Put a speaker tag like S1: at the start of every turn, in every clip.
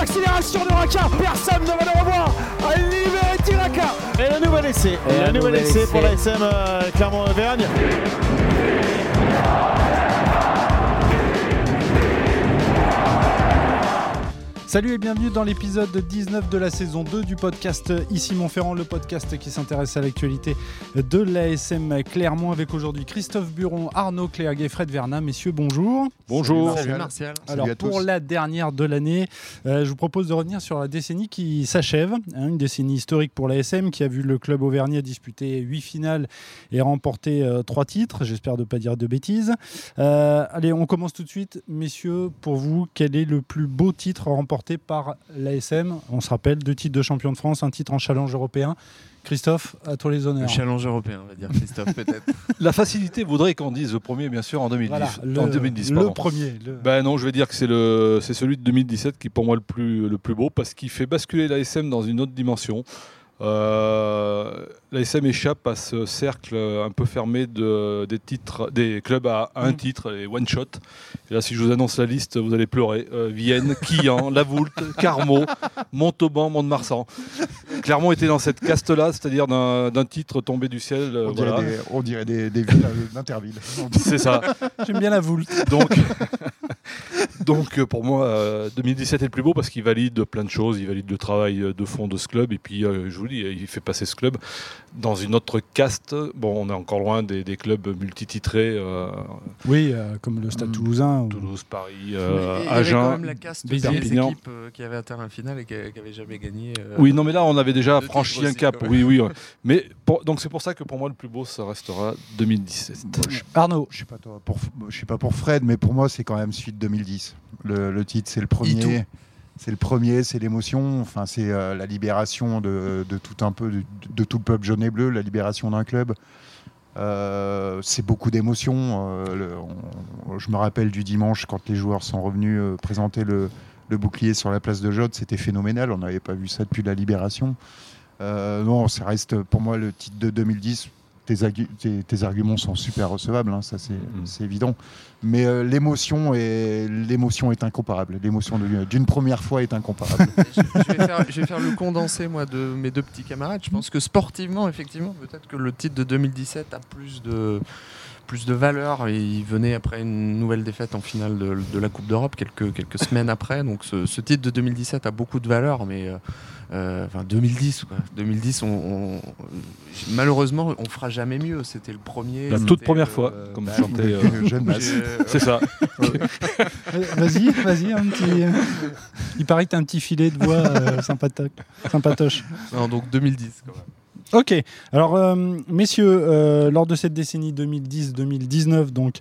S1: l'accélération de Raka. Personne ne va le revoir. Liberty Raka.
S2: Et le nouvel essai.
S3: Et
S2: le
S3: un
S2: nouvel
S3: nouvel
S2: essai
S3: essai.
S2: pour la SM euh, Clermont-Auvergne.
S4: Salut et bienvenue dans l'épisode 19 de la saison 2 du podcast Ici Montferrand, le podcast qui s'intéresse à l'actualité de l'ASM Clermont avec aujourd'hui Christophe Buron, Arnaud Cléag et Fred Verna. Messieurs, bonjour.
S2: Bonjour.
S3: Salut,
S5: Martial.
S4: Alors
S5: à
S4: pour
S5: tous.
S4: la dernière de l'année, euh, je vous propose de revenir sur la décennie qui s'achève, hein, une décennie historique pour l'ASM qui a vu le club auvergnat disputer huit finales et remporter euh, trois titres, j'espère ne pas dire de bêtises. Euh, allez, on commence tout de suite. Messieurs, pour vous, quel est le plus beau titre remporté par l'ASM On se rappelle, deux titres de champion de France, un titre en challenge européen. Christophe, à toi les
S5: Le
S4: honneurs.
S5: challenge européen, on va dire Christophe peut-être.
S6: La facilité voudrait qu'on dise le premier, bien sûr, en 2010.
S4: Voilà,
S6: en 2010,
S4: le
S6: pardon.
S4: premier. le-
S7: Ben non, je vais dire que c'est le c'est celui de 2017 qui est pour moi le plus le plus beau parce qu'il fait basculer l'ASM dans une autre dimension. Euh, L'ASM échappe à ce cercle un peu fermé de, des titres des clubs à un
S4: Mm.
S7: titre les one shot. Et là, si je vous annonce la liste, vous allez pleurer. Euh, Vienne, Quillan, La Voulte, Carmo, Montauban, Mont-de-Marsan. Clermont était dans cette caste-là, c'est-à-dire d'un d'un titre tombé du ciel. euh,
S5: On
S7: voilà.
S5: dirait, des, on dirait des, des villes euh, d'interville.
S7: C'est ça.
S4: J'aime bien la voûte.
S7: Donc, donc euh, pour moi, euh, 2017 est le plus beau parce qu'il valide plein de choses. Il valide le travail euh, de fond de ce club. Et puis, euh, je vous dis, il fait passer ce club dans une autre caste. Bon, on est encore loin des, des clubs multititrés euh,
S4: Oui, euh, comme le Stade
S5: Mm.
S4: toulousain. ou-
S7: Toulouse, Paris, euh,
S8: Mais il y avait quand
S7: Agen.
S8: même la caste des
S4: Béziers,
S8: équipes
S7: Perpignan.
S8: euh, qui avaient atteint la finale et qui n'avaient jamais gagné. euh,
S7: Oui, non, mais là, on avait déjà
S8: de
S7: franchi
S8: titres
S7: un
S8: aussi,
S7: cap.
S8: quand même.
S7: Oui, oui. ouais. Mais pour- donc, c'est pour ça que pour moi, le plus beau, ça restera 2017.
S4: Arnaud.
S5: Je sais pas toi, pour, je sais pas pour Fred, mais pour moi c'est quand même suite 2010. Le, le titre c'est le
S8: Et tout.
S5: premier. C'est le premier, c'est l'émotion. Enfin, c'est euh, la libération de, de tout un peu de, de tout le peuple jaune et bleu, la libération d'un club. Euh, c'est beaucoup d'émotions. Euh, le- on- je me rappelle du dimanche quand les joueurs sont revenus euh, présenter le, le bouclier sur la place de Jode. C'était phénoménal. On n'avait pas vu ça depuis la libération. Euh, non, ça reste pour moi le titre de 2010. Tes, argu- tes- tes arguments sont super recevables, hein, ça c'est
S7: Mhm.
S5: c'est évident. Mais euh, l'émotion est l'émotion est incomparable. L'émotion de- d'une première fois est incomparable.
S8: je, je vais faire, je vais faire le condensé moi de mes deux petits camarades. Je pense que sportivement, effectivement, peut-être que le titre de 2017 a plus de plus de valeur. Et il venait après une nouvelle défaite en finale de, de la Coupe d'Europe quelques quelques semaines après. Donc ce, ce titre de 2017 a beaucoup de valeur, mais euh, euh, enfin 2010 quoi. 2010, on, on- malheureusement, on fera jamais mieux. C'était le premier.
S7: La
S8: c'était
S7: toute première
S8: le-
S7: fois, comme
S8: bah,
S7: chantait, euh,
S5: Jeanne Mas.
S8: j'ai-
S7: C'est ça.
S4: Euh, Vas-y, vas-y, un petit. euh, Il paraît que t'as un petit filet de voix euh, sympatoche. sympatoche.
S8: Non, donc 2010 quand même.
S4: Ok. Alors, euh, messieurs, euh, lors de cette décennie 2010-2019, donc,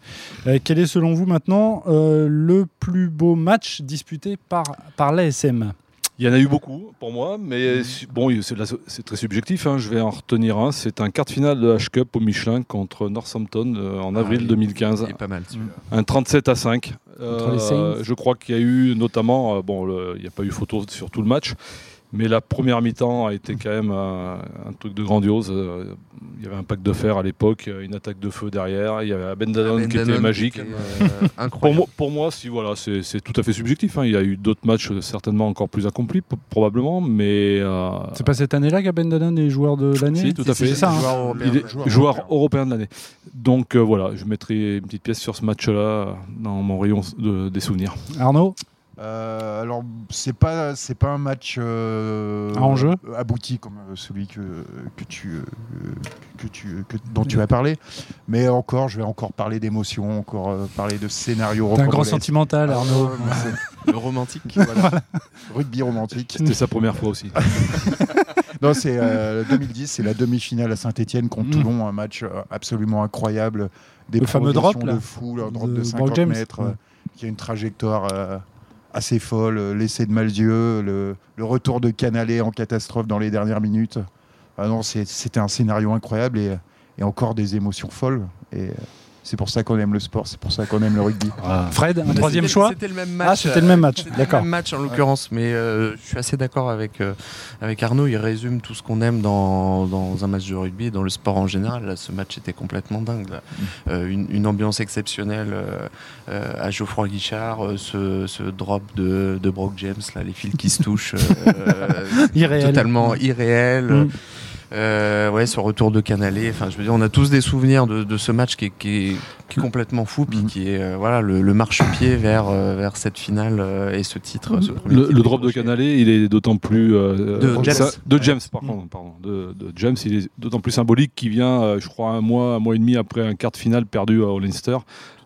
S4: euh, quel est selon vous maintenant euh, le plus beau match disputé par, par l'ASM
S7: Il y en a eu beaucoup pour moi, mais su- bon, c'est là- c'est très subjectif. hein, je vais en retenir un. C'est un quart de finale de H-Cup au Michelin contre Northampton euh, en avril
S8: oui.
S7: 2015.
S8: Il est pas mal celui-là.
S7: Un 37 à 5.
S4: Contre les Saints.
S7: je crois qu'il y a eu notamment, euh, bon, le- il n'y a pas eu photo sur tout le match, mais la première mi-temps a été quand même euh, un, truc de grandiose. Euh, Il y avait un pack de fer à l'époque, euh, une attaque de feu derrière. Il y avait Abendanon
S8: Ben
S7: qui était
S8: Danone,
S7: magique.
S8: qui était, euh,
S7: Pour
S8: incroyable.
S7: moi, pour moi, si voilà, c'est c'est tout à fait subjectif. hein. Il y a eu d'autres matchs euh, certainement encore plus accomplis, p- probablement, mais euh,
S4: C'est pas cette année-là qu'Abendanon est joueur de l'année
S7: Si, tout à
S4: C'est
S7: fait.
S4: ça, hein.
S8: Joueur européen.
S7: il est joueur, européen de l'année. Donc euh, voilà, je mettrai une petite pièce sur ce match-là euh, dans mon rayon s- de- des souvenirs.
S4: Arnaud
S5: Euh, alors c'est pas c'est pas un match euh,
S4: À enjeu
S5: abouti comme euh, celui que que tu euh, que tu que- dont tu as parlé, mais encore je vais encore parler d'émotion, encore euh, parler de scénario.
S4: T'es un grand
S5: rocambolesque.
S4: sentimental,
S8: Ah,
S4: Arnaud.
S7: Euh,
S8: Le romantique.
S5: Voilà. Rugby romantique.
S7: C'était sa première fois aussi.
S8: Ah,
S5: Non, c'est euh, 2010, c'est la demi-finale à Saint-Etienne contre
S4: Mm.
S5: Toulon, un match euh, absolument incroyable. Des
S4: Le fameux drop,
S5: prolongations
S4: là,
S5: de fou, le drop
S4: de
S5: de,
S4: Brock
S5: 50
S4: James.
S5: mètres, euh,
S4: Ouais.
S5: qui a une trajectoire euh, assez folle, euh, l'essai de Malzieu, le, le retour de Canalé en catastrophe dans les dernières minutes. Ah non, c'est- c'était un scénario incroyable et, et encore des émotions folles. Et euh, C'est pour ça qu'on aime le sport, c'est pour ça qu'on aime le rugby.
S4: Fred, un
S8: Bah,
S4: troisième
S8: c'était-
S4: choix
S8: C'était le même match.
S4: Ah, c'était le même match,
S8: C'était le
S4: d'accord.
S8: même match en l'occurrence, mais euh, je suis assez d'accord avec, euh, avec Arnaud. Il résume tout ce qu'on aime dans, dans un match de rugby et dans le sport en général. Là, ce match était complètement dingue. là.
S4: Mm.
S8: Euh, une, une ambiance exceptionnelle euh, euh, à Geoffroy Guichard, euh, ce, ce drop de, de Brock James, là, les fils qui se touchent, euh,
S4: Irréel.
S8: totalement irréel.
S4: Mm.
S8: Euh, ouais, ce retour de Canalé. Enfin, je veux dire, on a tous des souvenirs de, de ce match qui est, qui est, qui est complètement fou,
S4: Mm.
S8: puis qui est euh, voilà le, le marchepied vers euh, vers cette finale euh, et ce titre.
S4: Mm.
S8: ce premier
S7: Le,
S8: titre
S7: le drop de
S8: décroché.
S7: Canalé, il est d'autant plus. euh,
S8: De
S7: euh,
S8: James. Mm.
S7: ça- de James, par contre, pardon. De, de James, il est d'autant plus symbolique qu'il vient, euh, je crois, un mois, un mois et demi après un quart de finale perdu à Leinster,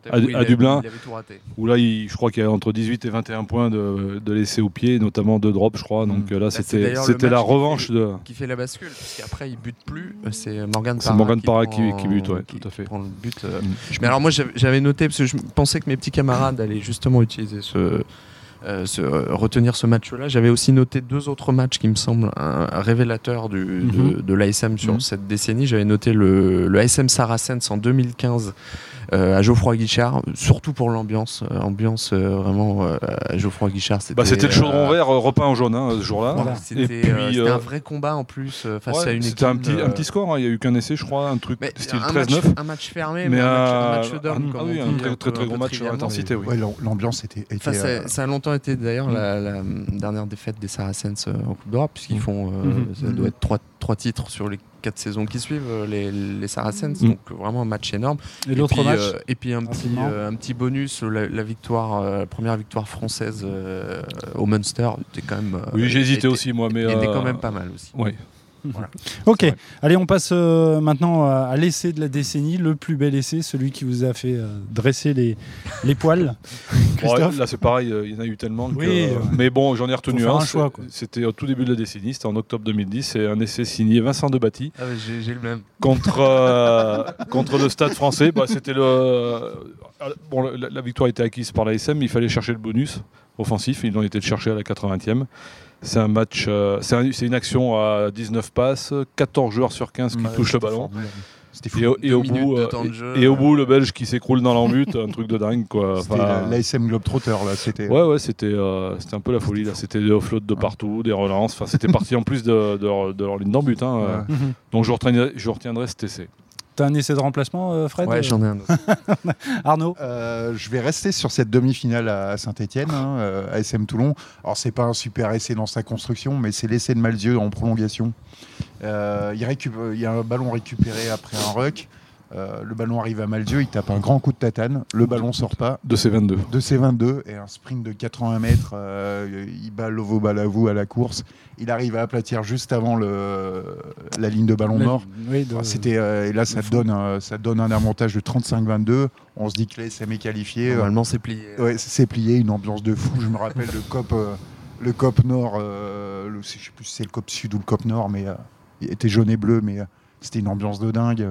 S8: Tout coup,
S7: à-
S8: il
S7: à
S8: avait-
S7: Dublin.
S8: Il avait tout raté.
S7: où là, il- je crois qu'il y a entre 18 et 21 points de, de laissés au pied, notamment deux drops, je crois. Donc euh, là,
S8: Mm. c'est
S7: c'était
S8: d'ailleurs le
S7: c'était la
S8: match qui
S7: revanche de.
S8: Qui fait la bascule, parce qu'après il bute plus. euh, C'est Morgan
S7: C'est Morgan Parra qui-
S8: prend-
S7: qui bute, ouais, tout à fait.
S8: prend le but. euh,
S7: Je
S8: Mais alors moi j'avais- j'avais noté parce que je pensais que mes petits camarades allaient justement utiliser ce, euh, ce- euh, retenir ce match-là. J'avais aussi noté deux autres matchs qui me semblent un, un révélateur du,
S7: Mhm.
S8: de, de l'ASM sur cette décennie. J'avais noté le, le ASM Saracens en 2015 euh, à Geoffroy Guichard, surtout pour l'ambiance, euh, ambiance euh, vraiment euh, à Geoffroy Guichard.
S7: Bah, c'était le chaudron
S8: euh,
S7: vert euh, repeint en jaune hein, ce jour-là.
S8: voilà,
S7: Et
S8: C'était
S7: puis,
S8: euh, c'était
S7: euh,
S8: un vrai combat en plus euh, face
S7: Ouais,
S8: à une équipe.
S7: c'était un petit, un
S8: euh,
S7: petit score, hein, il n'y a eu qu'un essai, je crois, un truc
S8: mais
S7: style
S8: un match- euh,
S7: 13-9.
S8: un match fermé,
S7: Mais
S8: mais, un
S7: un-
S8: match, un match
S7: un-
S8: d'homme.
S7: ah
S8: comme
S7: oui,
S8: on
S7: un
S8: dit, euh,
S7: très,
S8: peu-
S7: très, très gros
S8: peu
S7: match sur
S8: trivialement.
S7: l'intensité, oui.
S5: Ouais, l'am- L'ambiance était. était,
S8: Enfin,
S5: euh,
S8: ça, ça a longtemps été d'ailleurs la, la, hum, dernière défaite des Saracens euh, en Coupe d'Europe, puisqu'ils font, euh,
S4: Mhm.
S8: ça doit être trois, trois titres sur les quatre saisons qui suivent, euh, les, les Saracens.
S7: Mhm.
S8: Donc euh, vraiment un match énorme.
S4: Et l'autre
S8: puis,
S4: match
S8: euh, Et puis un petit,
S4: rapidement.
S8: euh, un petit bonus, euh, la, la victoire, euh, la première victoire française euh, au Munster, était quand même. euh,
S7: Oui, j'ai hésité
S8: était-
S7: aussi, moi, mais.
S8: était
S7: euh,
S8: quand même pas mal aussi.
S7: ouais.
S4: Ok,
S8: c'est vrai.
S4: allez, on passe euh, maintenant à, à l'essai de la décennie, le plus bel essai, celui qui vous a fait euh, dresser les, les poils. Christophe
S7: Ouais, là, c'est pareil, euh, il y en a eu tellement. que-
S4: Oui, euh,
S7: mais bon, j'en ai retenu
S4: faire un
S7: c'est-
S4: choix, quoi.
S7: C'était au tout début de la décennie, c'était en octobre 2010. C'est un essai signé Vincent Debatti
S8: Ah, mais j'ai j'ai le même.
S7: contre, euh, contre le stade français. Bah, c'était le. euh, Bon, la, la victoire était acquise par l'ASM, il fallait chercher le bonus offensif. Ils l'ont été le chercher à la 80e. C'est un match. euh, c'est un- c'est une action à 19 passes, 14 joueurs sur 15 qui
S5: ouais,
S7: touchent le
S5: c'était
S7: ballon.
S5: formidable. C'était fou.
S7: Et, au- et
S8: Deux
S7: au
S8: minutes
S7: bout,
S8: de
S7: euh,
S8: temps de jeu.
S7: et, et au bout, le Belge qui s'écroule dans l'embute, un truc de dingue quoi.
S5: C'était
S7: Enfin,
S5: la- l'ASM Globetrotter, là. C'était.
S7: Ouais, ouais, c'était euh, c'était un peu la folie. là. C'était des offloads de partout, des relances. Enfin, c'était parti en plus de, de leur, de leur ligne d'en but. hein.
S5: Ouais.
S4: Mhm.
S7: Donc, je retiendrai, je retiendrai cet essai.
S4: T'as un essai de remplacement, euh, Fred
S8: Ouais, j'en ai un autre.
S4: Arnaud
S5: Euh, je vais rester sur cette demi-finale à hein, euh, Saint-Etienne, ASM Toulon. Alors, c'est pas un super essai dans sa construction, mais c'est l'essai de Malzieu en prolongation. Euh, il, récup- il y a un ballon récupéré après un ruck. Euh, le ballon arrive à Malzieu, il tape un grand coup de tatane. Le ballon sort pas.
S7: De ces 22.
S5: De ses 22 et un sprint de 80 mètres, euh, il bat Lovo Balavou à la course. Il arrive à aplatir juste avant le, la ligne de ballon
S4: Le-
S5: mort.
S4: oui, de-
S8: Ah,
S5: Enfin, C'était euh, et là ça donne un, ça donne un avantage de 35-22. On se dit que l'ASM est
S4: Ah,
S5: qualifié. Euh,
S8: Normalement, c'est plié.
S5: ouais, c'est plié, une ambiance de fou. Je me rappelle le cop, euh, le cop nord, euh, le, je sais plus si c'est le cop sud ou le cop nord, mais euh, il était jaune et bleu, mais euh, c'était une ambiance de dingue.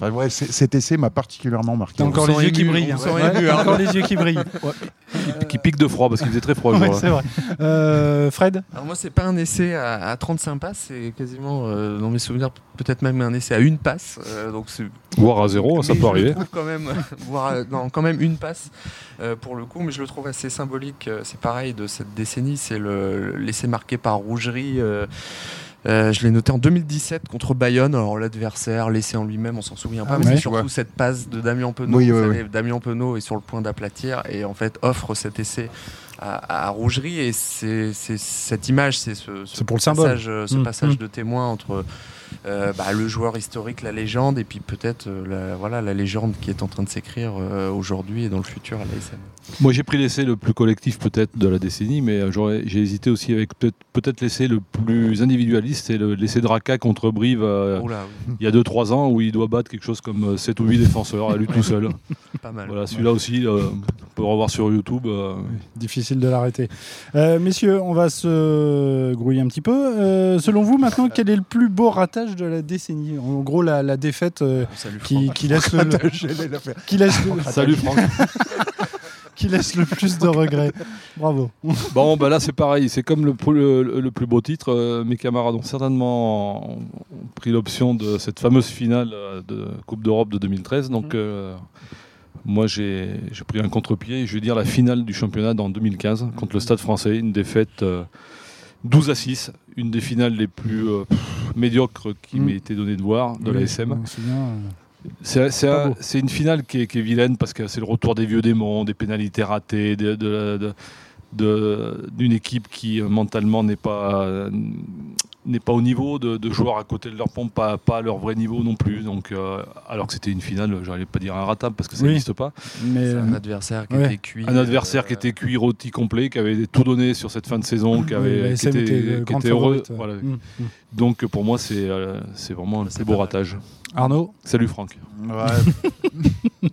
S5: Enfin, ouais, c- cet essai m'a particulièrement marqué.
S4: T'as encore
S8: On
S4: les
S8: sent
S4: yeux qui
S8: ému,
S4: brillent.
S8: on
S4: hein.
S8: sent
S4: Ouais,
S8: ému,
S4: t'as
S8: hein.
S4: encore les yeux qui brillent.
S7: Qui pique de froid parce qu'il faisait très froid. le
S4: Ouais,
S7: jour-là.
S4: c'est vrai. Euh, Fred
S8: Alors moi, c'est pas un essai à, à 35 passes, c'est quasiment, euh, dans mes souvenirs, peut-être même un essai à une passe. euh, donc c'est-
S7: Voire à zéro, hein, ça
S8: mais
S7: peut
S8: je
S7: arriver.
S8: le trouve quand même, voire, euh, non, quand même une passe euh, pour le coup, mais je le trouve assez symbolique. euh, C'est pareil de cette décennie, c'est le- l'essai marqué par Rougerie. euh, euh, je l'ai noté en 2017 contre Bayonne. Alors l'adversaire, l'essai en lui-même, on s'en souvient pas,
S4: Ah
S8: mais
S4: ouais.
S8: c'est surtout cette passe de Damien Penaud.
S5: Oui,
S8: vous
S5: oui, oui.
S8: savez, Damien Penaud est sur le point d'aplatir et en fait offre cet essai à, à Rougerie et c'est c'est cette image, c'est ce, ce
S4: C'est pour le symbole.
S8: passage, euh, ce
S4: Mm,
S8: passage
S4: mm.
S8: de témoin entre euh, bah, le joueur historique, la légende et puis peut-être euh, la, voilà, la légende qui est en train de s'écrire euh, aujourd'hui et dans le futur à l'ASM.
S7: Moi, j'ai pris l'essai le plus collectif peut-être de la décennie, mais euh, j'aurais- j'ai hésité aussi avec peut-être peut-être l'essai le plus individualiste. C'est le- l'essai de Raka contre Brive euh,
S8: Oula, oui,
S7: il y a 2-3 ans où il doit battre quelque chose comme 7 ou 8 défenseurs à lui tout seul.
S8: pas mal.
S7: Voilà, celui-là aussi, euh, on peut le revoir sur YouTube. euh,
S4: Difficile de l'arrêter. Euh, messieurs, on va se grouiller un petit peu. Euh, selon vous, maintenant, quel est le plus beau ratage de la décennie En gros, la, la défaite euh,
S8: On salue
S4: qui, qui laisse le,
S5: J'allais la faire.
S4: qui laisse le-
S7: Salut Franck.
S4: qui laisse le plus de regrets. Bravo.
S7: Bon, bah là c'est pareil, c'est comme le, pro- le- le plus beau titre. euh, mes camarades ont certainement ont- ont pris l'option de cette fameuse finale euh, de Coupe d'Europe de 2013. Donc euh, Moi, j'ai j'ai pris un contre-pied. Je vais dire la finale du championnat en 2015 contre le Stade français. Une défaite euh, 12 à 6. Une des finales les plus euh, pff, médiocres qui
S4: Mm.
S7: m'ait été donnée de voir de la SM.
S4: Je me souviens, euh,
S7: C'est c'est
S4: Pas
S7: un-
S4: beau.
S7: c'est une finale qui est, qui est vilaine parce que c'est le retour des vieux démons, des pénalités ratées, de- de- de- de- d'une équipe qui euh, mentalement n'est pas euh, n'est pas au niveau, de, de joueurs à côté de leur pompe, pas, pas à leur vrai niveau non plus. Donc, euh, alors que c'était une finale, j'allais pas dire un ratable parce que ça
S4: Oui.
S7: n'existe pas.
S4: mais
S8: C'est
S4: euh,
S8: un adversaire qui
S4: ouais.
S8: était cuit.
S7: Un adversaire
S8: euh,
S7: qui était cuit rôti complet, qui avait tout donné sur cette fin de saison, qui,
S4: oui,
S7: avait,
S4: la SM
S7: qui était,
S4: était, euh,
S7: qui
S4: grande
S7: était heureux.
S4: favorite.
S7: Voilà.
S4: Mm, mm.
S7: Donc pour moi, c'est euh, c'est vraiment un
S8: C'est
S7: très beau
S8: pas mal.
S7: ratage.
S4: Arnaud,
S7: Salut Franck.
S5: Ouais,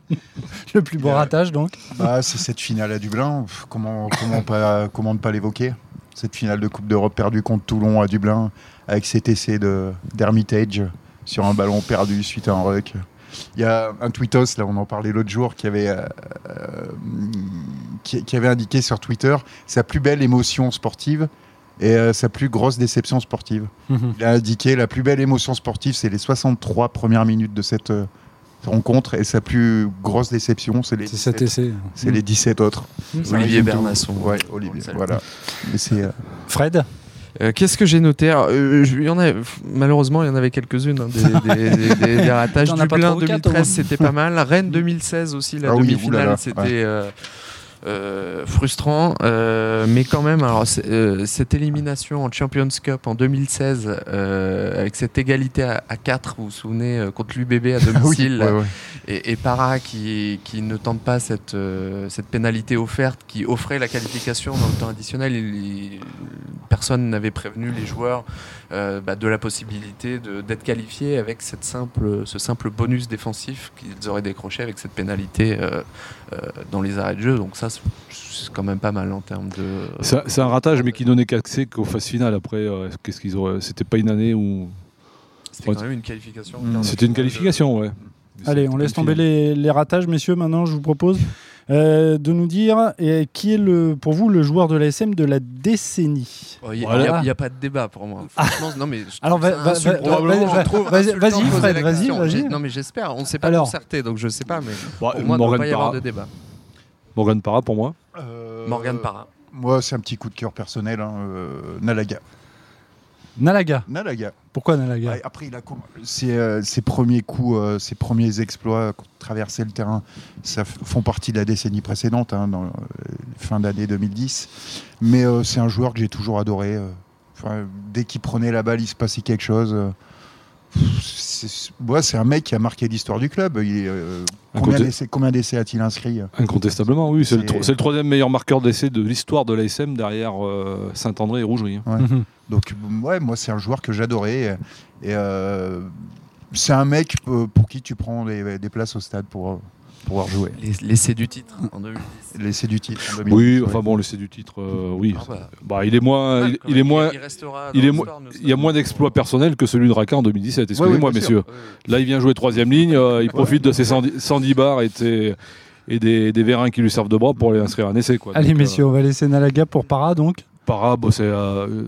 S4: le plus beau
S5: Euh,
S4: ratage donc.
S5: bah, c'est cette finale à Dublin. Pff, Comment, comment, pas, comment ne pas l'évoquer Cette finale de Coupe d'Europe perdue contre Toulon à Dublin avec cet essai de- d'Hermitage sur un ballon perdu suite à un ruck. Il y a un tweetos, là on en parlait l'autre jour, qui avait, euh, euh, qui, qui avait indiqué sur Twitter sa plus belle émotion sportive et euh, sa plus grosse déception sportive. Il a indiqué la plus belle émotion sportive, c'est les 63 premières minutes de cette euh, rencontre et sa plus grosse déception, c'est les,
S4: C'est cet
S5: 17
S4: essai.
S5: c'est les 17 autres.
S8: Olivier Bernasson.
S5: Mm. Ouais, Olivier,
S8: Salut.
S5: voilà. Mais c'est, euh,
S4: Fred,
S8: Euh, Qu'est-ce que j'ai noté Alors, euh, je- il y en a, pff, Malheureusement, il y en avait quelques-unes. hein, des, des, des, des- des ratages.
S4: T'en as pas
S8: Dublin
S4: trop, quatre, au moins.
S8: 2013, c'était pas mal. Rennes 2016 aussi, la
S5: Ah oui,
S8: demi-finale,
S5: oulala,
S8: c'était.
S5: ouais.
S8: euh, euh, frustrant, euh, mais quand même, alors, c'est- euh, cette élimination en Champions Cup en 2016, euh, avec cette égalité à, 4, vous vous souvenez, euh, contre l'UBB à domicile,
S5: Ah ouais, ouais.
S8: et, et Para qui, qui ne tente pas cette, euh, cette pénalité offerte qui offrait la qualification dans le temps additionnel. Il- il- personne n'avait prévenu les joueurs euh, bah, de la possibilité de- d'être qualifiés avec cette simple, ce simple bonus défensif qu'ils auraient décroché avec cette pénalité euh, euh, dans les arrêts de jeu. Donc ça, c'est- c'est quand même pas mal en termes de...
S7: C'est un- c'est un ratage, mais qui donnait qu'accès qu'aux phases finales. Après, euh, qu'est-ce qu'ils auraient C'était pas une année où.
S8: C'était quand même une qualification.
S4: Mm.
S7: C'était une qualification, ouais.
S4: allez, on laisse tomber les, les ratages, messieurs. Maintenant, je vous propose euh, de nous dire et qui est le, pour vous le joueur de la SM de la décennie.
S8: Il n'y a,
S7: Voilà.
S8: Oh, y a pas de débat pour moi. Franchement, non, mais je trouve
S4: Alors, va-
S8: ça
S4: va- va-
S8: insultant.
S4: probablement,
S8: Je
S4: va-
S8: trouve
S4: vas-y-
S8: insultant
S4: vas-y,
S8: de poser
S4: Fred,
S8: la
S4: vas-y,
S8: question.
S4: vas-y.
S8: J'ai- Non, mais j'espère. On ne s'est pas
S4: Alors.
S8: concerté, donc je ne sais pas. Mais
S7: Bah,
S8: pour moi, il ne doit
S7: Morgan,
S8: pas y avoir
S7: Parra.
S8: de débat.
S7: Morgan Parra pour moi.
S5: Euh,
S8: Morgane Parra.
S5: Moi, c'est un petit coup de cœur personnel. hein, euh, Nalaga.
S4: Nalaga.
S5: Nalaga.
S4: Pourquoi Nalaga
S5: Ouais, après, il a comm- ses, euh, ses premiers coups, euh, ses premiers exploits, traverser le terrain, ça f- font partie de la décennie précédente, hein, dans euh, fin d'année 2010. Mais euh, c'est un joueur que j'ai toujours adoré. euh. Enfin, dès qu'il prenait la balle, il se passait quelque chose. euh. Pff, C'est ouais, c'est un mec qui a marqué l'histoire du club. Il est, euh,
S7: Un
S5: combien
S7: côté-
S5: d'essais- combien d'essais a-t-il inscrit euh?
S7: Incontestablement, oui. C'est le,
S5: C'est-
S7: tro- c'est le troisième meilleur marqueur d'essai de l'histoire de l'ASM derrière euh, Saint-André et Rougerie. hein.
S4: Mhm.
S5: Donc m- ouais, moi c'est un joueur que j'adorais. Et, et, euh, c'est un mec euh, pour qui tu prends des, des places au stade pour euh, pouvoir jouer.
S8: Les- L'essai du titre en 2010.
S5: L'essai du titre. en 2010,
S7: Oui,
S5: ouais.
S7: enfin bon, l'essai du titre, euh, oui.
S8: Ah bah,
S7: Bah, il est moins. Il, il est moins
S8: Il restera
S7: il
S8: dans
S7: est
S8: l'histoire, ne
S7: il y a
S8: serait-ce
S7: moins
S8: que-
S7: d'exploits personnels que celui de Raka en 2017,
S5: ouais,
S7: excusez-moi,
S5: bien
S7: messieurs.
S5: sûr.
S8: Ouais, ouais.
S7: Là, il vient jouer troisième ligne, euh, il profite de ses 110 110 bars et, de ses- et des, des vérins qui lui servent de bras pour aller inscrire un essai. Quoi.
S4: Allez,
S7: Donc, euh,
S4: messieurs, on va laisser Nalaga pour Para donc.
S7: Parra, bon, c'est, euh, euh,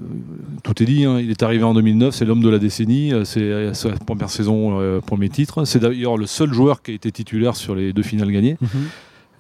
S7: tout est dit. hein. Il est arrivé en 2009, c'est l'homme de la décennie. euh, C'est euh, sa première saison, euh, premier titre. C'est d'ailleurs le seul joueur qui a été titulaire sur les deux finales gagnées.
S4: Mhm.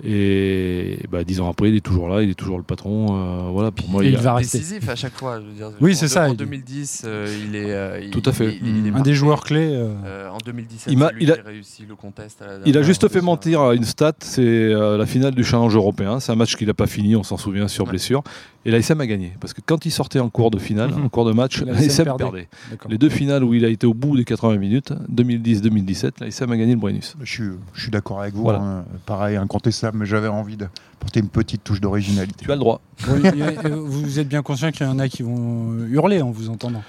S7: Et bah, dix ans après, il est toujours là, il est toujours le patron. euh, voilà, pour moi,
S4: Et
S7: il
S4: il
S7: a-
S4: va rester.
S8: décisif à chaque fois. je veux dire.
S4: Ah, Oui,
S8: En
S4: c'est
S8: de-
S4: ça,
S8: En
S4: il-
S8: 2010, euh, il est. euh, il-
S7: Tout à fait.
S8: il- il est
S4: Un
S8: marqué.
S4: des joueurs clés. euh,
S8: Euh, en 2017,
S7: Il m'a-
S8: c'est lui
S7: il a-
S8: qui réussi le contest. à la
S7: il a
S4: Ah,
S8: dernière
S7: juste fait
S8: fois.
S7: mentir à une stat, c'est euh, la finale du challenge européen. C'est un match qu'il n'a pas fini, on s'en souvient, sur
S8: Ouais.
S7: blessure. Et l'ASM a gagné. Parce que quand il sortait en cours de finale,
S4: Mhm.
S7: en cours de match,
S4: L'ASM
S7: l'ASM
S4: perdait.
S7: perdait.
S4: d'accord.
S7: Les deux finales où il a été au bout des 80 minutes, 2010-2017, l'ASM a gagné le bonus.
S5: Je suis, je suis d'accord avec vous.
S7: Voilà.
S5: hein. Pareil, incontestable, mais j'avais envie de porter une petite touche d'originalité.
S7: Tu as le droit.
S4: Bon, il y a- euh, vous êtes bien conscient qu'il y en a qui vont euh, hurler en vous entendant.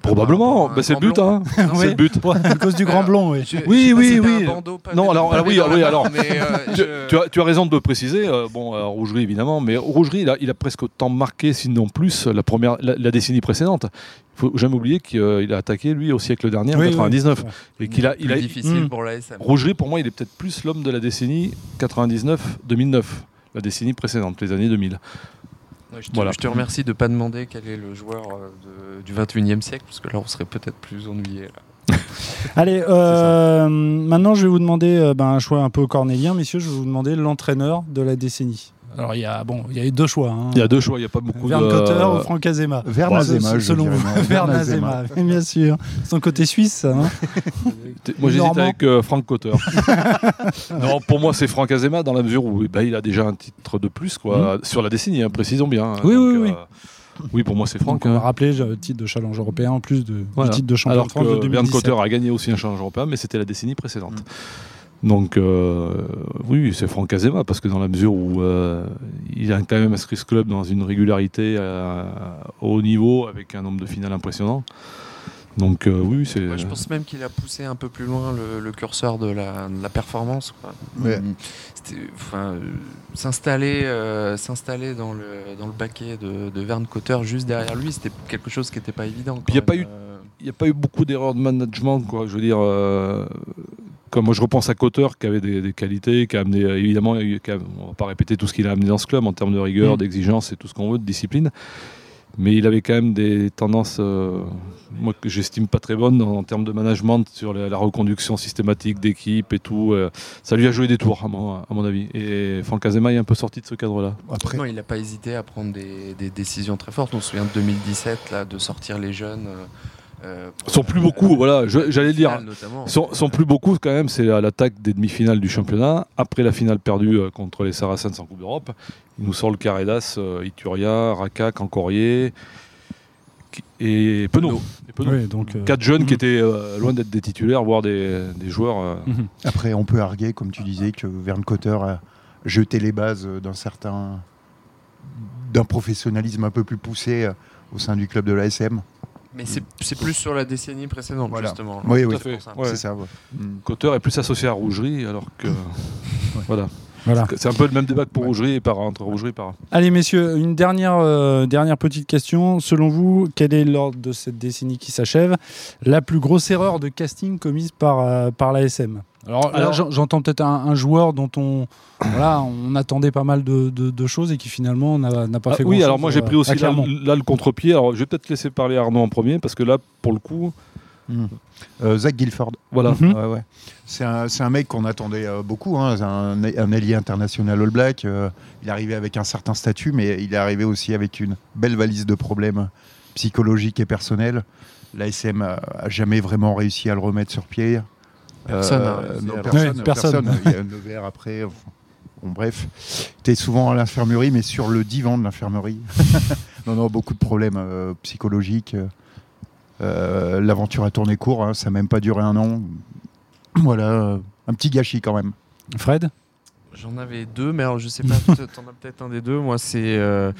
S7: Probablement,
S8: Par rapport à Ah un
S7: Bah, c'est le but,
S8: tremblant.
S7: hein. c'est le but.
S4: À cause du grand
S8: Alors,
S4: blond, oui.
S8: Je- je
S7: Oui,
S8: sais pas
S7: oui,
S8: si t'as
S7: oui.
S8: un bandeau pavé-
S7: Non, alors, alors,
S8: pavé
S7: oui,
S8: dans la
S7: oui,
S8: main,
S7: alors.
S8: mais, euh,
S7: Tu,
S8: je-
S7: tu as, tu as raison de le préciser. euh, bon, euh, Rougerie, évidemment, mais Rougerie, il a, il a presque autant marqué, sinon plus, la, première, la, la décennie précédente. Il faut jamais oublier qu'il euh, il a attaqué, lui, au siècle dernier, en
S4: Oui, oui.
S7: 99. Et qu'il a, il
S8: plus
S7: a,
S8: difficile
S4: Hmm.
S8: pour la SM.
S7: Rougerie, pour moi, il est peut-être plus l'homme de la décennie 99-2009, la décennie précédente, les années 2000.
S8: Ouais, je, te,
S7: Voilà.
S8: je te remercie de ne pas demander quel est le joueur euh, de- du 21e siècle, parce que là, on serait peut-être plus ennuyé. là.
S4: Allez, euh, maintenant je vais vous demander euh, ben, un choix un peu cornélien, messieurs. Je vais vous demander l'entraîneur de la décennie. Alors il y a bon, il y a eu deux choix. hein.
S7: Il y a Euh, deux choix, il n'y a pas beaucoup
S4: Vern
S7: de.
S4: Cotter ou Franck Azema.
S5: Vern Azema, je
S4: selon
S5: dirais,
S4: vous.
S5: non, Vern
S4: Vern
S5: Azema.
S4: Azema, bien sûr. Son côté suisse, ça, hein.
S7: T'es- Moi j'hésite
S4: Normand.
S7: avec euh, Franck Cotter. non, pour moi c'est Franck Azema dans la mesure où eh ben, il a déjà un titre de plus quoi, sur la décennie, hein, précisons bien. hein.
S4: Mmh. Oui,
S7: Donc,
S4: oui, oui.
S7: euh, oui, pour moi c'est Franck.
S4: Donc, on va
S7: hein.
S4: rappeler le titre de challenge européen en plus de,
S7: Voilà.
S4: du titre de champion
S7: Alors
S4: de France de
S7: que Bern
S4: 2017.
S7: Cotter a gagné aussi un challenge européen, mais c'était la décennie précédente.
S4: Mm.
S7: Donc euh, oui, c'est Franck Azema parce que dans la mesure où euh, il a quand même inscrit ce club dans une régularité euh, au haut niveau avec un nombre de finales impressionnant. Donc euh, oui, c'est.
S8: Moi, je pense même qu'il a poussé un peu plus loin le, le curseur de la, de la performance. quoi.
S5: Ouais.
S8: C'était- enfin, euh, S'installer euh, s'installer dans, le, dans le baquet de, de Verne Cotter juste derrière lui, c'était quelque chose qui n'était pas évident. quand
S7: Puis il y a
S8: même.
S7: pas eu-
S8: Euh,
S7: il n'y a pas eu beaucoup d'erreurs de management, quoi. Je veux dire, euh, comme moi, je repense à Cotter qui avait des, des qualités, qui a amené, euh, évidemment, il y a eu- qui a- on va pas répéter tout ce qu'il a amené dans ce club en termes de rigueur,
S4: Mm.
S7: d'exigence et tout ce qu'on veut, de discipline. Mais il avait quand même des tendances, euh, moi, que j'estime pas très bonnes en, en termes de management sur la, la reconduction systématique d'équipe et tout. euh, ça lui a joué des tours, à mon, à mon avis. Et Franck Azema est un peu sorti de ce cadre-là.
S5: Après,
S8: Non, il n'a pas hésité à prendre des, des décisions très fortes. On se souvient de 2017, là, de sortir les jeunes. euh, euh,
S7: Ils
S8: pour
S7: sont
S8: la-
S7: plus beaucoup, voilà. je- J'allais dire,
S8: finale, notamment.
S7: Son, son plus beau coup, quand même, c'est à l'attaque des demi-finales du championnat. Après la finale perdue euh, contre les Saracens en Coupe d'Europe, il nous sort le carré d'as euh, Ituria, Raka, Cancorier qui- et Penaud. Et Penaud.
S4: Oui, donc, euh,
S7: Quatre jeunes qui
S4: Mhm.
S7: étaient euh, loin d'être des titulaires, voire des, des joueurs. euh,
S5: après, on peut arguer, comme tu disais, que Verne Cotter a jeté les bases d'un certain. d'un professionnalisme un peu plus poussé euh, au sein du club de l'ASM.
S8: Mais c'est c'est plus sur la décennie précédente,
S5: Voilà.
S8: justement.
S5: Oui,
S7: tout
S5: oui,
S7: à fait.
S8: pour ça.
S7: Ouais.
S5: c'est ça. ouais.
S4: Mm.
S7: Cotter est plus associé à Rougerie, alors que voilà,
S4: voilà.
S7: c'est un peu le même débat que pour Rougerie et par entre Rougerie et par.
S4: Allez, messieurs, une dernière, euh, dernière petite question. Selon vous, quelle est l'ordre de cette décennie qui s'achève La plus grosse erreur de casting commise par, euh, par l'ASM alors, là,
S7: Alors-
S4: j'en- j'entends peut-être un, un joueur dont on, voilà, on attendait pas mal de, de- de choses et qui finalement n'a n'a pas
S7: Ah
S4: fait
S7: oui,
S4: grand-chose,
S7: alors moi j'ai
S4: euh,
S7: pris aussi
S4: à
S7: là,
S4: Clermont.
S7: là le contre-pied. Alors je vais peut-être laisser parler Arnaud en premier parce que là pour le coup,
S5: Euh, Zach Guilford.
S7: voilà,
S4: Mhm.
S5: Ouais, ouais. C'est un, c'est un mec qu'on attendait euh, beaucoup, hein, c'est un, un ailier international All Black. euh, il est arrivé avec un certain statut, mais il est arrivé aussi avec une belle valise de problèmes psychologiques et personnels. L'ASM a, a jamais vraiment réussi à le remettre sur pied.
S8: Personne, hein,
S5: Euh,
S8: c'est
S5: non,
S8: alors-
S5: personne,
S4: Ouais, personne.
S5: personne. Il y a Nevers après. enfin, Bon, bref, tu es souvent à l'infirmerie, mais sur le divan de l'infirmerie. non, non, beaucoup de problèmes euh, psychologiques. Euh, L'aventure a tourné court, hein, ça n'a même pas duré un an. Voilà, euh, un petit gâchis quand même.
S4: Fred
S8: J'en avais deux, mais alors je sais pas, peut-être- t'en as peut-être un des deux. Moi, c'est euh,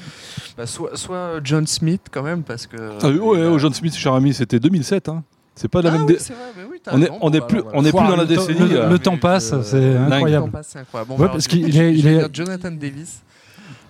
S8: bah, soit, soit John Smith, quand même, parce que.
S7: Ah oui, ouais,
S8: il a-
S7: ouais, John Smith, cher ami, c'était 2007. Hein. C'est pas la
S8: Ah
S7: même.
S8: oui,
S7: dé-
S8: c'est vrai, mais oui, t'as
S7: on est,
S8: raison.
S7: on
S8: Bon,
S7: est
S8: bah,
S7: plus,
S8: voilà.
S7: on est plus
S4: Pouah,
S7: dans la
S4: le temps-
S7: décennie.
S4: le-
S7: euh,
S4: le temps
S8: Mais
S4: passe,
S8: je-
S4: c'est
S8: Le
S4: incroyable.
S8: temps passe, c'est incroyable. Bon,
S4: Ouais,
S8: bah,
S4: parce
S8: je-
S4: qu'il
S8: je-
S4: est-
S8: je
S4: il est-
S8: vais dire Jonathan Davis,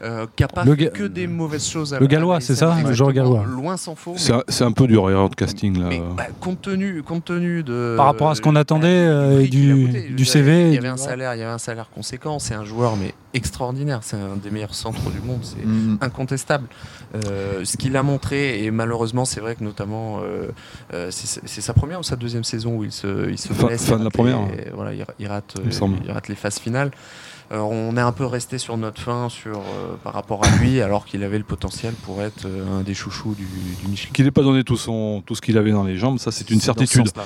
S8: euh, qui a pas
S4: Le
S8: fait
S4: ga-
S8: que des mauvaises choses. à-
S4: Le
S8: à
S4: Gallois,
S8: l'ASM,
S4: c'est ça, le joueur
S8: exactement.
S4: gallois. euh,
S8: Loin s'en faut.
S7: C'est un- c'est un peu du erreur de casting là.
S8: Mais bah, compte tenu, compte tenu de
S4: Par rapport à ce qu'on
S8: bah,
S4: attendait,
S8: du
S4: euh,
S8: prix
S4: et
S8: qu'il a
S4: du-
S8: coûté.
S4: du
S8: Je veux dire,
S4: CV,
S8: Il
S4: et
S8: y
S4: du-
S8: avait un salaire, il y avait un salaire conséquent. C'est un joueur mais extraordinaire. C'est un des meilleurs centres du monde. C'est incontestable. Euh, ce qu'il a montré et malheureusement, c'est vrai que notamment, euh, euh, c'est c'est sa première ou sa deuxième saison où il se, il se
S7: Fin-
S8: blesse,
S7: fin de
S8: il
S7: la
S8: rate
S7: première,
S8: les- voilà, il, il rate,
S7: Il me semble.
S8: il rate les phases finales. Alors, on est un peu resté sur notre fin sur euh, par rapport à lui, alors qu'il avait le potentiel pour être euh, un des chouchous du, du Michelin.
S7: Qu'il n'ait pas donné tout, son, tout ce qu'il avait dans les jambes, ça c'est une
S8: dans ce
S7: certitude.
S8: sens-là.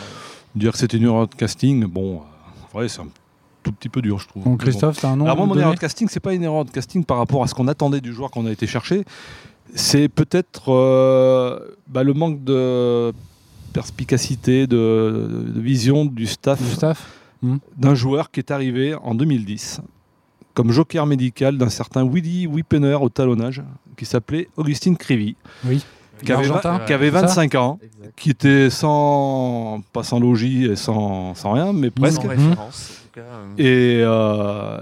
S7: Dire que c'était une erreur de casting, bon, euh, en vrai, c'est un tout petit peu dur, je trouve.
S4: Donc
S7: Mais bon.
S4: Christophe, t'as un nom
S7: Alors moi,
S4: à
S7: mon
S4: donner
S7: erreur de casting, c'est pas une erreur de casting par rapport à ce qu'on attendait du joueur qu'on a été chercher. C'est peut-être euh, bah, le manque de perspicacité, de, de vision du staff,
S4: du staff
S7: d'un joueur qui est arrivé en 2010 comme joker médical d'un certain Willy Whippener au talonnage qui s'appelait Augustine Crivy,
S4: Oui.
S7: qui avait,
S4: L'Argentin,
S7: vingt- qui avait
S4: Ah c'est ça
S7: 25 ans,
S8: Exact.
S7: qui était sans, pas sans logis et sans, sans rien, mais presque.
S8: Sans référence, en tout cas, euh,
S7: Et, euh,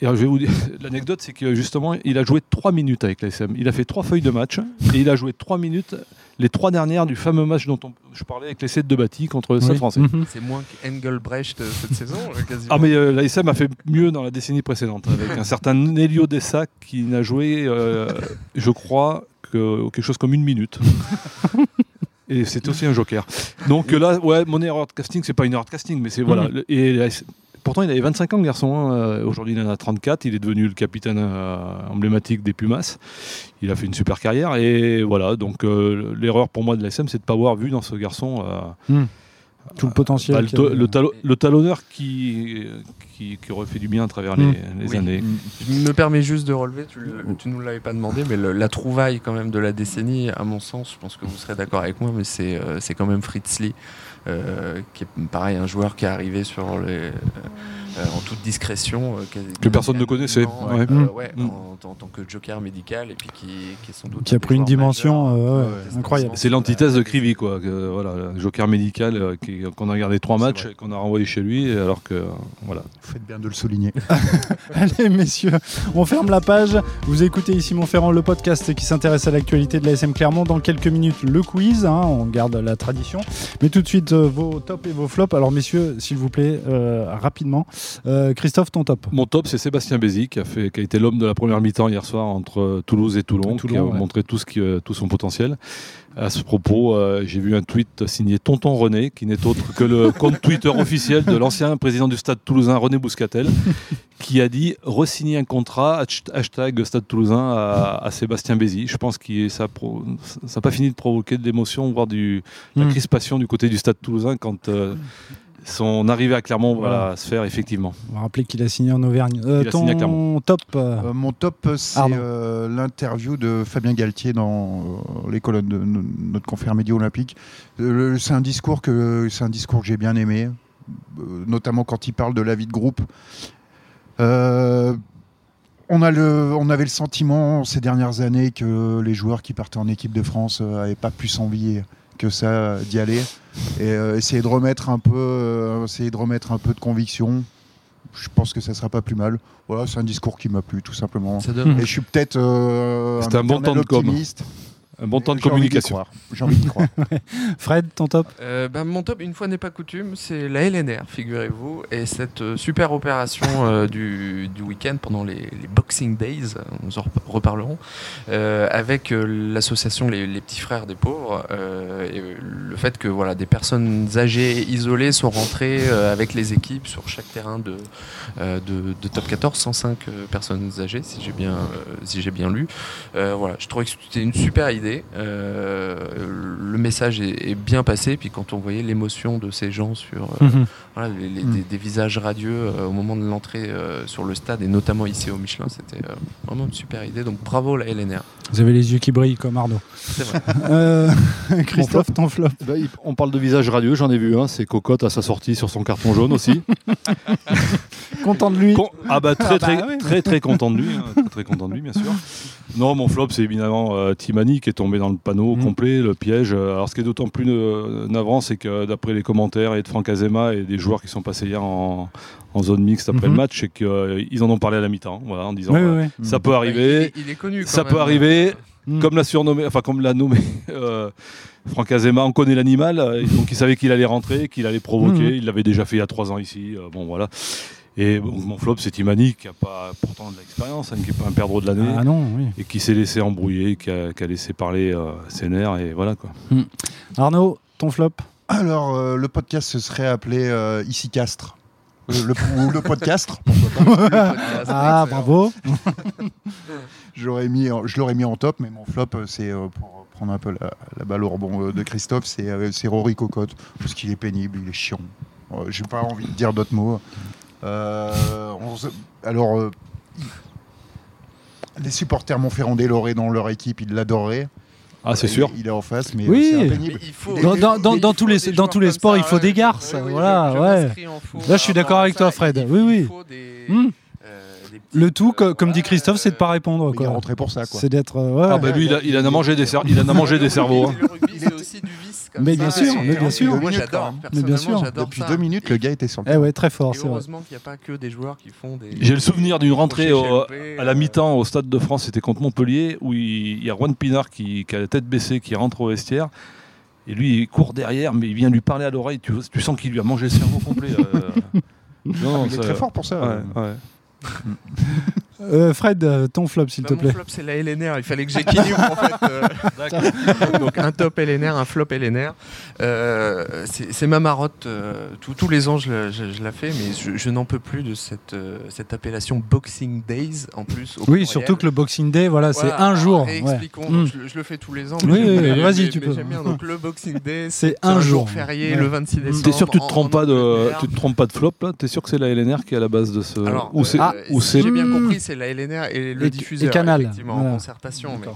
S7: et alors, je vais vous dire, l'anecdote, c'est que justement, il a joué 3 minutes avec l'ASM. Il a fait 3 feuilles de match et il a joué 3 minutes, les 3 dernières du fameux match dont on- je parlais avec l'essai de Bati contre le Stade
S4: Oui.
S7: français.
S4: Mhm.
S8: C'est moins qu'Engelbrecht euh, cette saison, euh, quasiment.
S7: Ah mais euh, l'ASM a fait mieux dans la décennie précédente avec un certain Nelio Dessac qui n'a joué, euh, je crois, que quelque chose comme une minute. Et c'était aussi un joker. Donc euh, là, ouais, mon erreur de casting, c'est pas une erreur de casting, mais c'est voilà. Le- Et la- pourtant, il avait 25 ans, le garçon. hein. Euh, Aujourd'hui, il en a 34. Il est devenu le capitaine euh, emblématique des Pumas. Il a fait une super carrière. Et voilà, donc euh, l'erreur pour moi de l'ASM, c'est de pas avoir vu dans ce garçon. euh,
S4: Tout le potentiel.
S7: bah, le,
S4: qu'il y
S7: to-
S4: avait.
S7: le talo- le talonneur qui, qui, qui aurait fait du bien à travers les,
S4: Mm.
S7: les
S8: Oui.
S7: années.
S8: Je me permets juste de relever, tu, le- tu nous l'avais pas demandé, mais le- la trouvaille quand même de la décennie, à mon sens, je pense que vous serez d'accord avec moi, mais c'est euh, c'est quand même Fritz Lee, euh, qui est pareil, un joueur qui est arrivé sur les, euh, euh, en toute discrétion. euh, quasi-
S7: Que personne ne connaissait.
S8: euh,
S7: Ouais.
S8: euh, ouais,
S7: Mm.
S8: en, en tant que joker médical, et puis qui, qui est sans doute.
S4: Qui
S8: un
S4: a
S8: des
S4: pris une
S8: joueurs
S4: dimension
S8: majeurs,
S4: euh,
S8: euh,
S4: ouais, incroyable.
S7: C'est l'antithèse de Crivi, quoi. que, voilà, le joker médical euh, qui- qu'on a gardé trois
S5: C'est
S7: matchs, et qu'on a renvoyé chez lui, alors que euh, voilà.
S5: Faites bien de le souligner.
S4: Allez, messieurs, on ferme la page. Vous écoutez ici Ferrand, le podcast qui s'intéresse à l'actualité de la SM Clermont. Dans quelques minutes, le quiz. hein, on garde la tradition. Mais tout de suite, euh, vos tops et vos flops. Alors, messieurs, s'il vous plaît, euh, rapidement. Euh, Christophe, ton top.
S7: Mon top, c'est Sébastien Bézi, qui a, fait, qui a été l'homme de la première mi-temps hier soir entre euh, Toulouse et Toulon,
S4: Toulon,
S7: qui a
S4: ouais.
S7: montré tout, ce qui, euh, tout son potentiel. À ce propos, euh, j'ai vu un tweet signé Tonton René, qui n'est autre que le compte Twitter officiel de l'ancien président du stade toulousain, René Bouscatel, qui a dit resigner un contrat, hasht- hashtag stade toulousain, à, à Sébastien Bézi. Je pense que ça pro- ça n'a pas fini de provoquer de l'émotion, voire du, de la
S4: Mm.
S7: crispation du côté du stade toulousain quand. euh, son arrivée à Clermont va
S4: Voilà.
S7: se faire effectivement.
S4: On va rappeler qu'il a signé en Auvergne. Euh,
S7: Il a
S4: ton
S7: signé à Clermont.
S4: top. euh,
S5: Euh, mon top, c'est
S4: Arnaud.
S5: euh, l'interview de Fabien Galtier dans euh, les colonnes de no- notre confrère média olympique. Euh, le- c'est un discours que c'est un discours que j'ai bien aimé, euh, notamment quand il parle de la vie de groupe. Euh, on, a le, on avait le sentiment ces dernières années que les joueurs qui partaient en équipe de France n'avaient pas plus envie que ça euh, d'y aller et euh, essayer de remettre un peu, euh, essayer de remettre un peu de conviction. Je pense que ça sera pas plus mal. Voilà, c'est un discours qui m'a plu tout simplement.
S8: Ça donne-
S5: Et je suis peut-être euh,
S7: C'était un bon
S5: éternel
S7: temps de com.
S5: optimiste.
S7: Un bon temps de
S5: J'ai envie d'y
S7: communication.
S5: croire. J'ai envie d'y croire.
S4: Fred, ton top.
S8: Euh, bah, mon top, une fois n'est pas coutume, c'est la LNR, figurez-vous, et cette euh, super opération euh, du, du week-end pendant les, les Boxing Days, euh, nous en rep- reparlerons, euh, avec euh, l'association les, les Petits Frères des Pauvres, euh, et euh, le fait que voilà, des personnes âgées et isolées sont rentrées euh, avec les équipes sur chaque terrain de, euh, de, de top 14, 105 euh, personnes âgées, si j'ai bien, euh, si j'ai bien lu. Euh, voilà, je trouvais que c'était une super idée. Euh, le message est, est bien passé. Puis quand on voyait l'émotion de ces gens sur euh,
S4: Mhm.
S8: voilà, les- les-
S5: Mm.
S8: des, des visages radieux euh, au moment de l'entrée euh, sur le stade et notamment ici au Michelin, c'était euh, vraiment une super idée. Donc bravo la LNR.
S4: Vous avez les yeux qui brillent comme Arnaud.
S8: C'est vrai.
S4: Euh, Christophe, ton flop.
S6: Bah, il- on parle de visage radieux, j'en ai vu un, c'est Cocotte à sa sortie sur son carton jaune aussi.
S4: Content de lui.
S7: Con- Ah bah très
S4: Ah bah
S7: très,
S4: oui.
S7: très très content de lui, hein, très, très content de lui bien sûr. Non, mon flop c'est évidemment euh, Timani qui est tombé dans le panneau
S4: Mm.
S7: complet, le piège. Euh, Alors ce qui est d'autant plus euh, navrant c'est que d'après les commentaires et de Franck Azema et des joueurs qui sont passés hier en, en zone mixte après
S6: Mm-hmm.
S4: Mhm.
S7: le match, c'est qu'ils en ont parlé à la mi-temps, voilà, en disant
S4: Ouais,
S7: euh,
S4: ouais, ouais.
S7: ça
S6: Mm.
S7: peut
S8: Il,
S7: arriver,
S8: est- il est connu. quand
S7: ça
S8: même.
S7: peut arriver.
S4: Mm.
S7: Comme l'a surnommé, enfin comme l'a nommé euh, Franck Azema, on connaît l'animal, euh, donc il savait qu'il allait rentrer, qu'il allait provoquer,
S4: Mm.
S7: il l'avait déjà fait il y a trois ans ici, euh, bon voilà. Et bon, mon flop, c'est Timani qui a pas pourtant de l'expérience, hein, qui n'est pas un perdreau de l'année,
S4: Ah non, oui.
S7: et qui s'est laissé embrouiller, qui a, qui a laissé parler euh, ses nerfs, et voilà quoi.
S4: Arnaud, ton flop.
S5: Alors, euh, le podcast se serait appelé euh, Ici Castres. Euh, le, ou le podcast, pourquoi pas.
S8: Le podcast,
S4: Ah,
S8: excellent.
S4: bravo.
S5: J'aurais mis, en- je l'aurais mis en top, mais mon flop, euh, c'est euh, pour prendre un peu la, la balle au rebond euh, de Christophe, c'est euh, c'est Rory Cocotte, parce qu'il est pénible, il est chiant. Euh, J'ai pas envie de dire d'autres mots. Euh, on se- alors, euh, les supporters Montferrand-des Loré dans leur équipe, ils l'adoraient.
S7: Ah c'est
S5: Il-
S7: sûr.
S5: Il est en face, mais
S4: Oui.
S5: euh, c'est
S8: Mais
S5: pénible.
S8: il faut-
S4: Dans- dans- dans-
S8: il
S4: dans
S8: faut
S4: tous les-
S8: des
S4: dans tous
S8: joueurs
S4: les
S8: comme
S4: sports,
S8: ça,
S4: il faut
S8: ouais,
S4: des
S8: je-
S4: garces,
S8: oui, oui,
S4: voilà,
S8: je- je
S4: ouais.
S8: m'inscris en faux
S4: Là, je suis
S8: par
S4: d'accord
S8: rapport
S4: avec
S8: à
S4: toi,
S8: ça.
S4: Fred.
S8: Il
S4: Oui, oui.
S8: faut des-
S4: Hmm.
S8: euh, des petites,
S4: Le tout, co-
S8: euh,
S4: comme dit
S8: voilà,
S4: Christophe, c'est de pas
S8: euh,
S4: répondre.
S5: Mais Il est
S4: quoi.
S5: rentré pour ça, quoi.
S4: C'est d'être. euh, ouais.
S7: Ah bah lui, il, a, il en a mangé des, cer- il en a mangé des cerveaux. hein.
S8: Le rugby, c'est aussi du vice. comme
S4: Mais
S8: ça,
S4: bien sûr,
S8: et-
S4: mais bien
S8: et
S4: sûr.
S8: Moi,
S5: Mais
S8: j'adore.
S5: bien
S8: personnellement,
S4: sûr.
S8: j'adore
S5: Depuis
S8: ça.
S5: deux minutes,
S8: Et-
S5: le gars était sur le
S4: Eh ouais, très fort,
S8: et
S4: c'est vrai.
S8: heureusement qu'il n'y a pas que des joueurs qui font des.
S7: J'ai le souvenir d'une rentrée au-
S8: des-
S7: à la mi-temps au Stade de France, c'était contre Montpellier, où il il y a Juan Pinard qui, qui a la tête baissée, qui rentre au vestiaire. Et lui, il court derrière, mais il vient lui parler à l'oreille. Tu, tu sens qu'il lui a mangé le cerveau complet. euh. non,
S5: Il est
S7: ça-
S5: Ah, très fort pour ça.
S7: Ouais, ouais.
S4: Euh, Fred, euh, ton flop, s'il
S8: Bah,
S4: te
S8: mon
S4: plaît.
S8: flop, c'est la LNR. Il fallait que j'équilibre en fait. euh, donc un top LNR, un flop LNR. Euh, c'est c'est ma marotte. euh, tous- tous les ans, je, la- je- je la fais, mais je, je n'en peux plus de cette, euh, cette appellation Boxing Days en plus. au
S4: Oui,
S8: pluriel.
S4: surtout que le Boxing Day, voilà, c'est
S8: Voilà,
S4: un jour.
S8: et
S4: ouais.
S8: Expliquons.
S4: Mm.
S8: Je, le- je le fais tous les ans.
S4: Oui,
S8: j'aime
S4: oui,
S8: bien,
S4: vas-y,
S8: mais-
S4: tu
S8: mais
S4: peux.
S8: j'aime bien. Donc le Boxing Day,
S4: C'est
S8: c'est
S4: un jour.
S8: férié
S4: Ouais.
S8: le 26 décembre.
S7: T'es sûr que tu te
S8: en-
S7: trompes
S8: en
S7: pas de,
S8: Angleterre.
S7: tu te trompes pas de flop là T'es sûr que c'est la LNR qui est à la base de ce
S8: Alors,
S7: ou c'est ah,
S8: euh,
S7: ou
S8: si
S7: c'est
S8: j'ai bien
S4: Hmm.
S8: compris, c'est la LNR et le
S4: Et- et
S8: diffuseur,
S4: Canal,
S8: effectivement,
S4: voilà.
S8: en concertation. mais,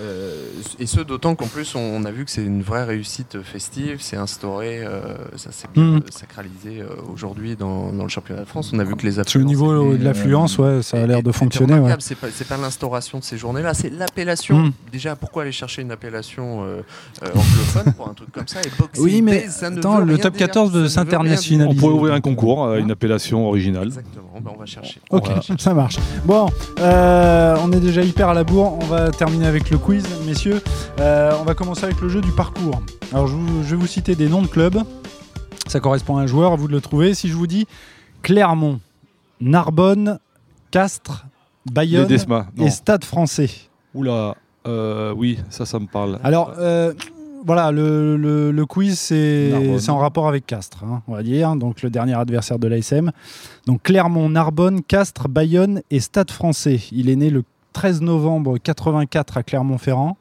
S8: euh, et ce, d'autant qu'en plus, on, on a vu que c'est une vraie réussite festive, c'est instauré, euh, ça s'est bien
S4: Hmm.
S8: euh, sacralisé euh, aujourd'hui dans, dans le championnat de France. On a vu que les
S4: Sur le
S8: affluences
S4: niveau euh,
S8: étaient,
S4: de l'affluence, ouais, ça a l'air de
S8: était
S4: fonctionner. ouais.
S8: remarquable. C'est pas, c'est pas l'instauration de ces journées-là, c'est l'appellation.
S4: Mm.
S8: Déjà, pourquoi aller chercher une appellation euh, euh, anglophone pour un truc comme ça et Boxing
S4: Oui, mais
S8: Day, ça ne
S4: attends,
S8: veut
S4: le
S8: rien
S4: top
S8: dire,
S4: 14
S8: ça ne
S4: veut
S8: veut rien dire.
S4: s'internationaliser.
S7: on pourrait ouvrir un concours à une appellation originale.
S8: Exactement, ben, on va chercher.
S4: Ok, ça marche. Bon, euh, on est déjà hyper à la bourre. On va terminer avec le quiz, messieurs. Euh, on va commencer avec le jeu du parcours. Alors, je, vous- je vais vous citer des noms de clubs. Ça correspond à un joueur, à vous de le trouver. Si je vous dis Clermont, Narbonne, Castres,
S7: Les
S4: Bayonne
S7: Desma. Non.
S4: et Stade français.
S7: Oula. euh, oui, ça, ça me parle.
S4: Alors, euh, voilà, le, le- le quiz, c'est
S7: Narbonne.
S4: c'est en rapport avec Castres, hein, on va dire, donc le dernier adversaire de l'ASM. Donc Clermont, Narbonne, Castres, Bayonne et Stade français. Il est né le 13 novembre 84 à Clermont-Ferrand.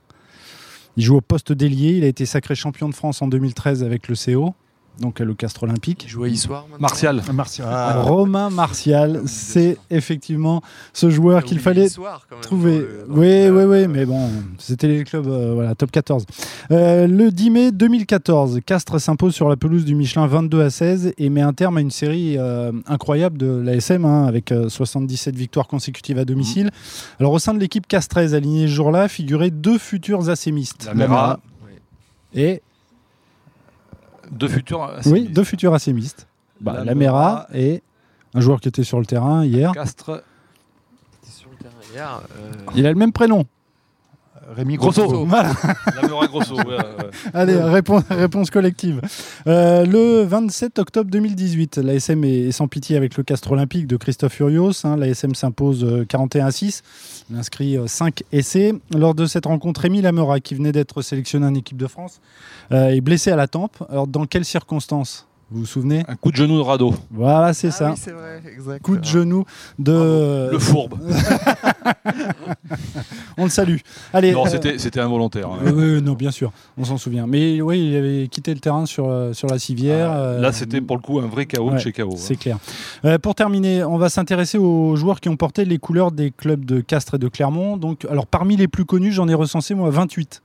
S4: Il joue au poste d'ailier. Il a été sacré champion de France en 2013 avec le CO, donc le Castres Olympique.
S8: Qui joue à Issoire maintenant
S7: Martial.
S5: Ah,
S4: Romain Martial, c'est effectivement ce joueur qu'il
S8: Ah Oui,
S4: fallait
S8: soir, quand même,
S4: trouver.
S8: dans le- dans
S4: oui,
S8: le-
S4: oui, oui,
S8: euh,
S4: mais bon, c'était les clubs euh, voilà, top 14. Euh, le 10 mai 2014, Castres s'impose sur la pelouse du Michelin 22 à 16 et met un terme à une série euh, incroyable de l'ASM hein, avec euh, 77 victoires consécutives à
S8: Mm.
S4: domicile. Alors, au sein de l'équipe castraise alignée ce jour-là, figuraient deux futurs assémistes.
S7: Lamera.
S4: Et
S7: Deux futurs.
S4: oui, deux futurs assémistes. Bah,
S7: euh, Lamera.
S4: Lamera et un joueur qui était sur le terrain hier.
S7: Castres.
S8: T'es sur le terrain hier, euh,
S4: Il a le même prénom.
S5: Rémi Grosso.
S7: Grosso.
S4: Voilà.
S7: Lamera Grosso. ouais, ouais.
S4: Allez, réponse, réponse collective. Euh, le 27 octobre 2018, l'ASM est, est sans pitié avec le Castre Olympique de Christophe Urios. hein. L'ASM s'impose euh, 41 à 6. Il inscrit 5 essais. Lors de cette rencontre, Rémi Lamora, qui venait d'être sélectionné en équipe de France, euh, est blessé à la tempe. Alors, dans quelles circonstances Vous vous souvenez
S7: Un coup de genou de radeau.
S4: Voilà, c'est
S8: ah
S4: ça.
S8: oui, c'est vrai, exact.
S4: Coup de genou de. euh,
S7: Le fourbe.
S4: On le salue. Allez.
S7: non,
S4: euh,
S7: c'était c'était involontaire. hein.
S4: oui, oui, non, bien sûr, on s'en souvient. Mais oui, il avait quitté le terrain sur, euh, sur la civière. euh,
S7: Ah, Là, c'était pour le coup un vrai chaos
S4: ouais,
S7: de chez hein. chaos.
S4: C'est clair. Euh, pour terminer, on va s'intéresser aux joueurs qui ont porté les couleurs des clubs de Castres et de Clermont. Donc, alors parmi les plus connus, j'en ai recensé moi 28.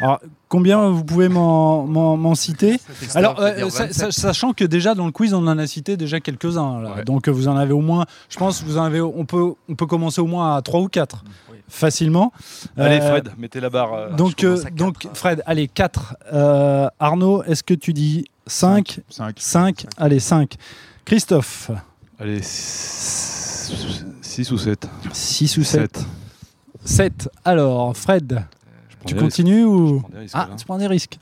S4: Alors, combien vous pouvez m'en- m'en m'en citer alors, euh, sa- sa- sachant que déjà dans le quiz, on en a cité déjà quelques-uns. là.
S7: Ouais.
S4: Donc, euh, vous en avez au moins, je pense, que vous en avez, on, peut, on peut commencer au moins à 3 ou 4 facilement.
S7: Allez,
S4: Euh,
S7: Fred, mettez la barre. euh,
S4: donc,
S8: je commence
S4: euh,
S8: à quatre,
S4: donc
S8: hein.
S4: Fred, allez, 4. Arnaud, est-ce que tu dis 5
S5: Cinq.
S4: 5 Allez, 5. Christophe,
S7: Allez, 6 ou 7
S4: 6 ou Ah, 7 7. Alors, Fred, tu continues ou
S7: hein.
S4: Ah, tu prends des risques.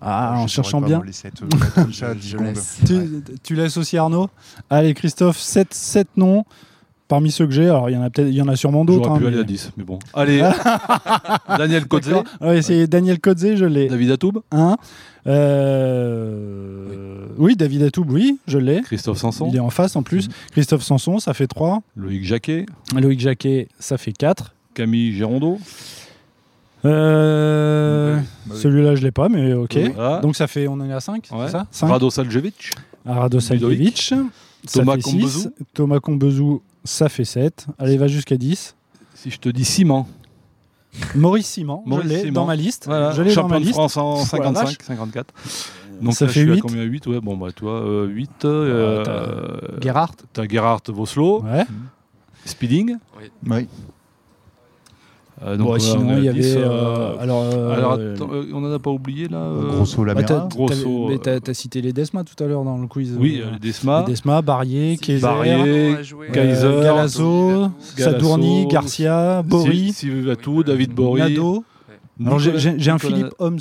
S4: Ah, en
S5: Je
S4: cherchant
S5: saurais pas,
S4: bien.
S5: moi, les sept, euh, comme ça, dix secondes.
S4: Tu, tu laisses aussi Arnaud Allez, Christophe, 7, 7 noms. Parmi ceux que j'ai, alors il y en a peut-être, il y en a sûrement d'autres.
S7: J'aurais pu
S4: hein,
S7: aller
S4: mais-
S7: à 10, mais bon. Allez, Daniel Cotzé,
S4: D'accord. Ah Ouais, c'est Daniel Kotzé, je l'ai.
S7: David Atoub,
S4: 1. Euh... Oui. David Atoub, oui, je l'ai.
S7: Christophe Sanson,
S4: Il est en face en plus. Christophe Sanson, ça fait 3.
S7: Loïc Jacquet,
S4: Loïc Jacquet, ça fait 4.
S7: Camille Gérondeau.
S5: Ouais, bah oui.
S4: Euh, Celui-là, je l'ai pas, mais ok.
S7: Ah,
S4: Donc ça fait, on en est à 5,
S7: ouais.
S4: c'est ça 5
S7: Rado Saljevic,
S4: Arado Saljevic. ça
S7: Thomas
S4: fait six.
S7: Combezou.
S4: Thomas Combezou, ça fait 7. Allez, va jusqu'à 10.
S7: si je te dis Ciment,
S4: Maurice Simon,
S7: Maurice
S4: je l'ai
S7: Simon.
S4: dans ma liste.
S7: Voilà,
S4: Je l'ai dans ma
S7: champion de
S4: liste.
S7: France en
S4: Pff, la
S7: 55,
S4: vache. Euh,
S7: 54. Donc
S4: Ça
S7: là,
S4: fait
S7: je suis
S4: huit.
S7: à combien 8 Ouais, bon bah toi 8
S4: Euh, t'as- Gerhardt.
S7: t'as Gerhard Voslo,
S4: Ouais.
S7: Speeding.
S5: Oui.
S7: Euh,
S4: Bon,
S7: voilà, on
S4: sinon,
S7: est à
S4: il y avait.
S7: 10, euh,
S4: euh, alors, euh,
S7: Alors
S4: euh,
S7: attends, euh, on en a pas oublié là euh,
S5: Grosso
S4: bah, t'as- t'as-
S5: Lamera.
S7: Grosso,
S4: mais
S7: euh,
S4: t'as t'as cité les Desma tout à l'heure dans le quiz.
S7: Oui,
S4: euh,
S7: euh, les
S4: les
S7: Desma,
S4: Desma, Barrier, Kayser,
S7: Barrier, Kaiser,
S4: euh, Galasso,
S7: Galasso,
S4: Sadourny, Garcia, Bory,
S7: Si- Sivatou, David Bory,
S4: Nado. Alors, j'ai- j'ai j'ai un Philippe Holmes.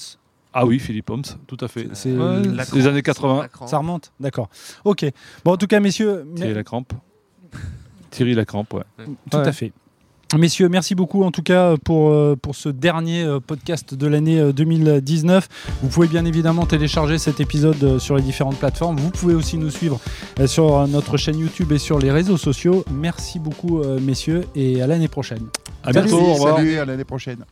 S7: Ah oui, Philippe Homs, tout à fait.
S4: C'est-
S7: Ouais,
S4: la
S7: les années 80.
S4: Ça remonte D'accord. Ok. Bon, en tout cas, messieurs,
S7: C'est la crampe. Thierry Lacrampe. ouais.
S4: Tout à fait. Messieurs, merci beaucoup en tout cas pour, euh, pour ce dernier euh, podcast de l'année euh, 2019. Vous pouvez bien évidemment télécharger cet épisode euh, sur les différentes plateformes. Vous pouvez aussi nous suivre euh, sur euh, notre chaîne YouTube et sur les réseaux sociaux. Merci beaucoup euh, messieurs et à l'année prochaine.
S7: À bientôt, au
S5: Merci,
S7: revoir.
S5: salut, à l'année prochaine.